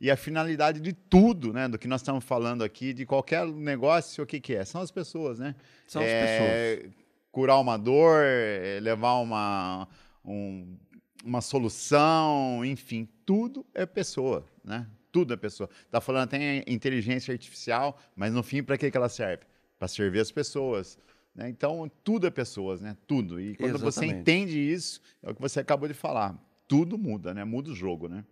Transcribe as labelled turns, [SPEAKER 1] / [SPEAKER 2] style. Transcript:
[SPEAKER 1] E a finalidade de tudo, né, do que nós estamos falando aqui, de qualquer negócio, o que, que é? São as pessoas, né?
[SPEAKER 2] São as
[SPEAKER 1] É, Curar uma dor, é, levar uma, um- uma solução, enfim, tudo é pessoa, né? Tudo é pessoa. Tá falando até em inteligência artificial, mas no fim, para que, que ela serve? Para servir as pessoas. Né? Então, tudo é pessoas, né? Tudo. E quando você
[SPEAKER 2] Exatamente.
[SPEAKER 1] entende isso, é o que você acabou de falar. Tudo muda, né? Muda o jogo, né?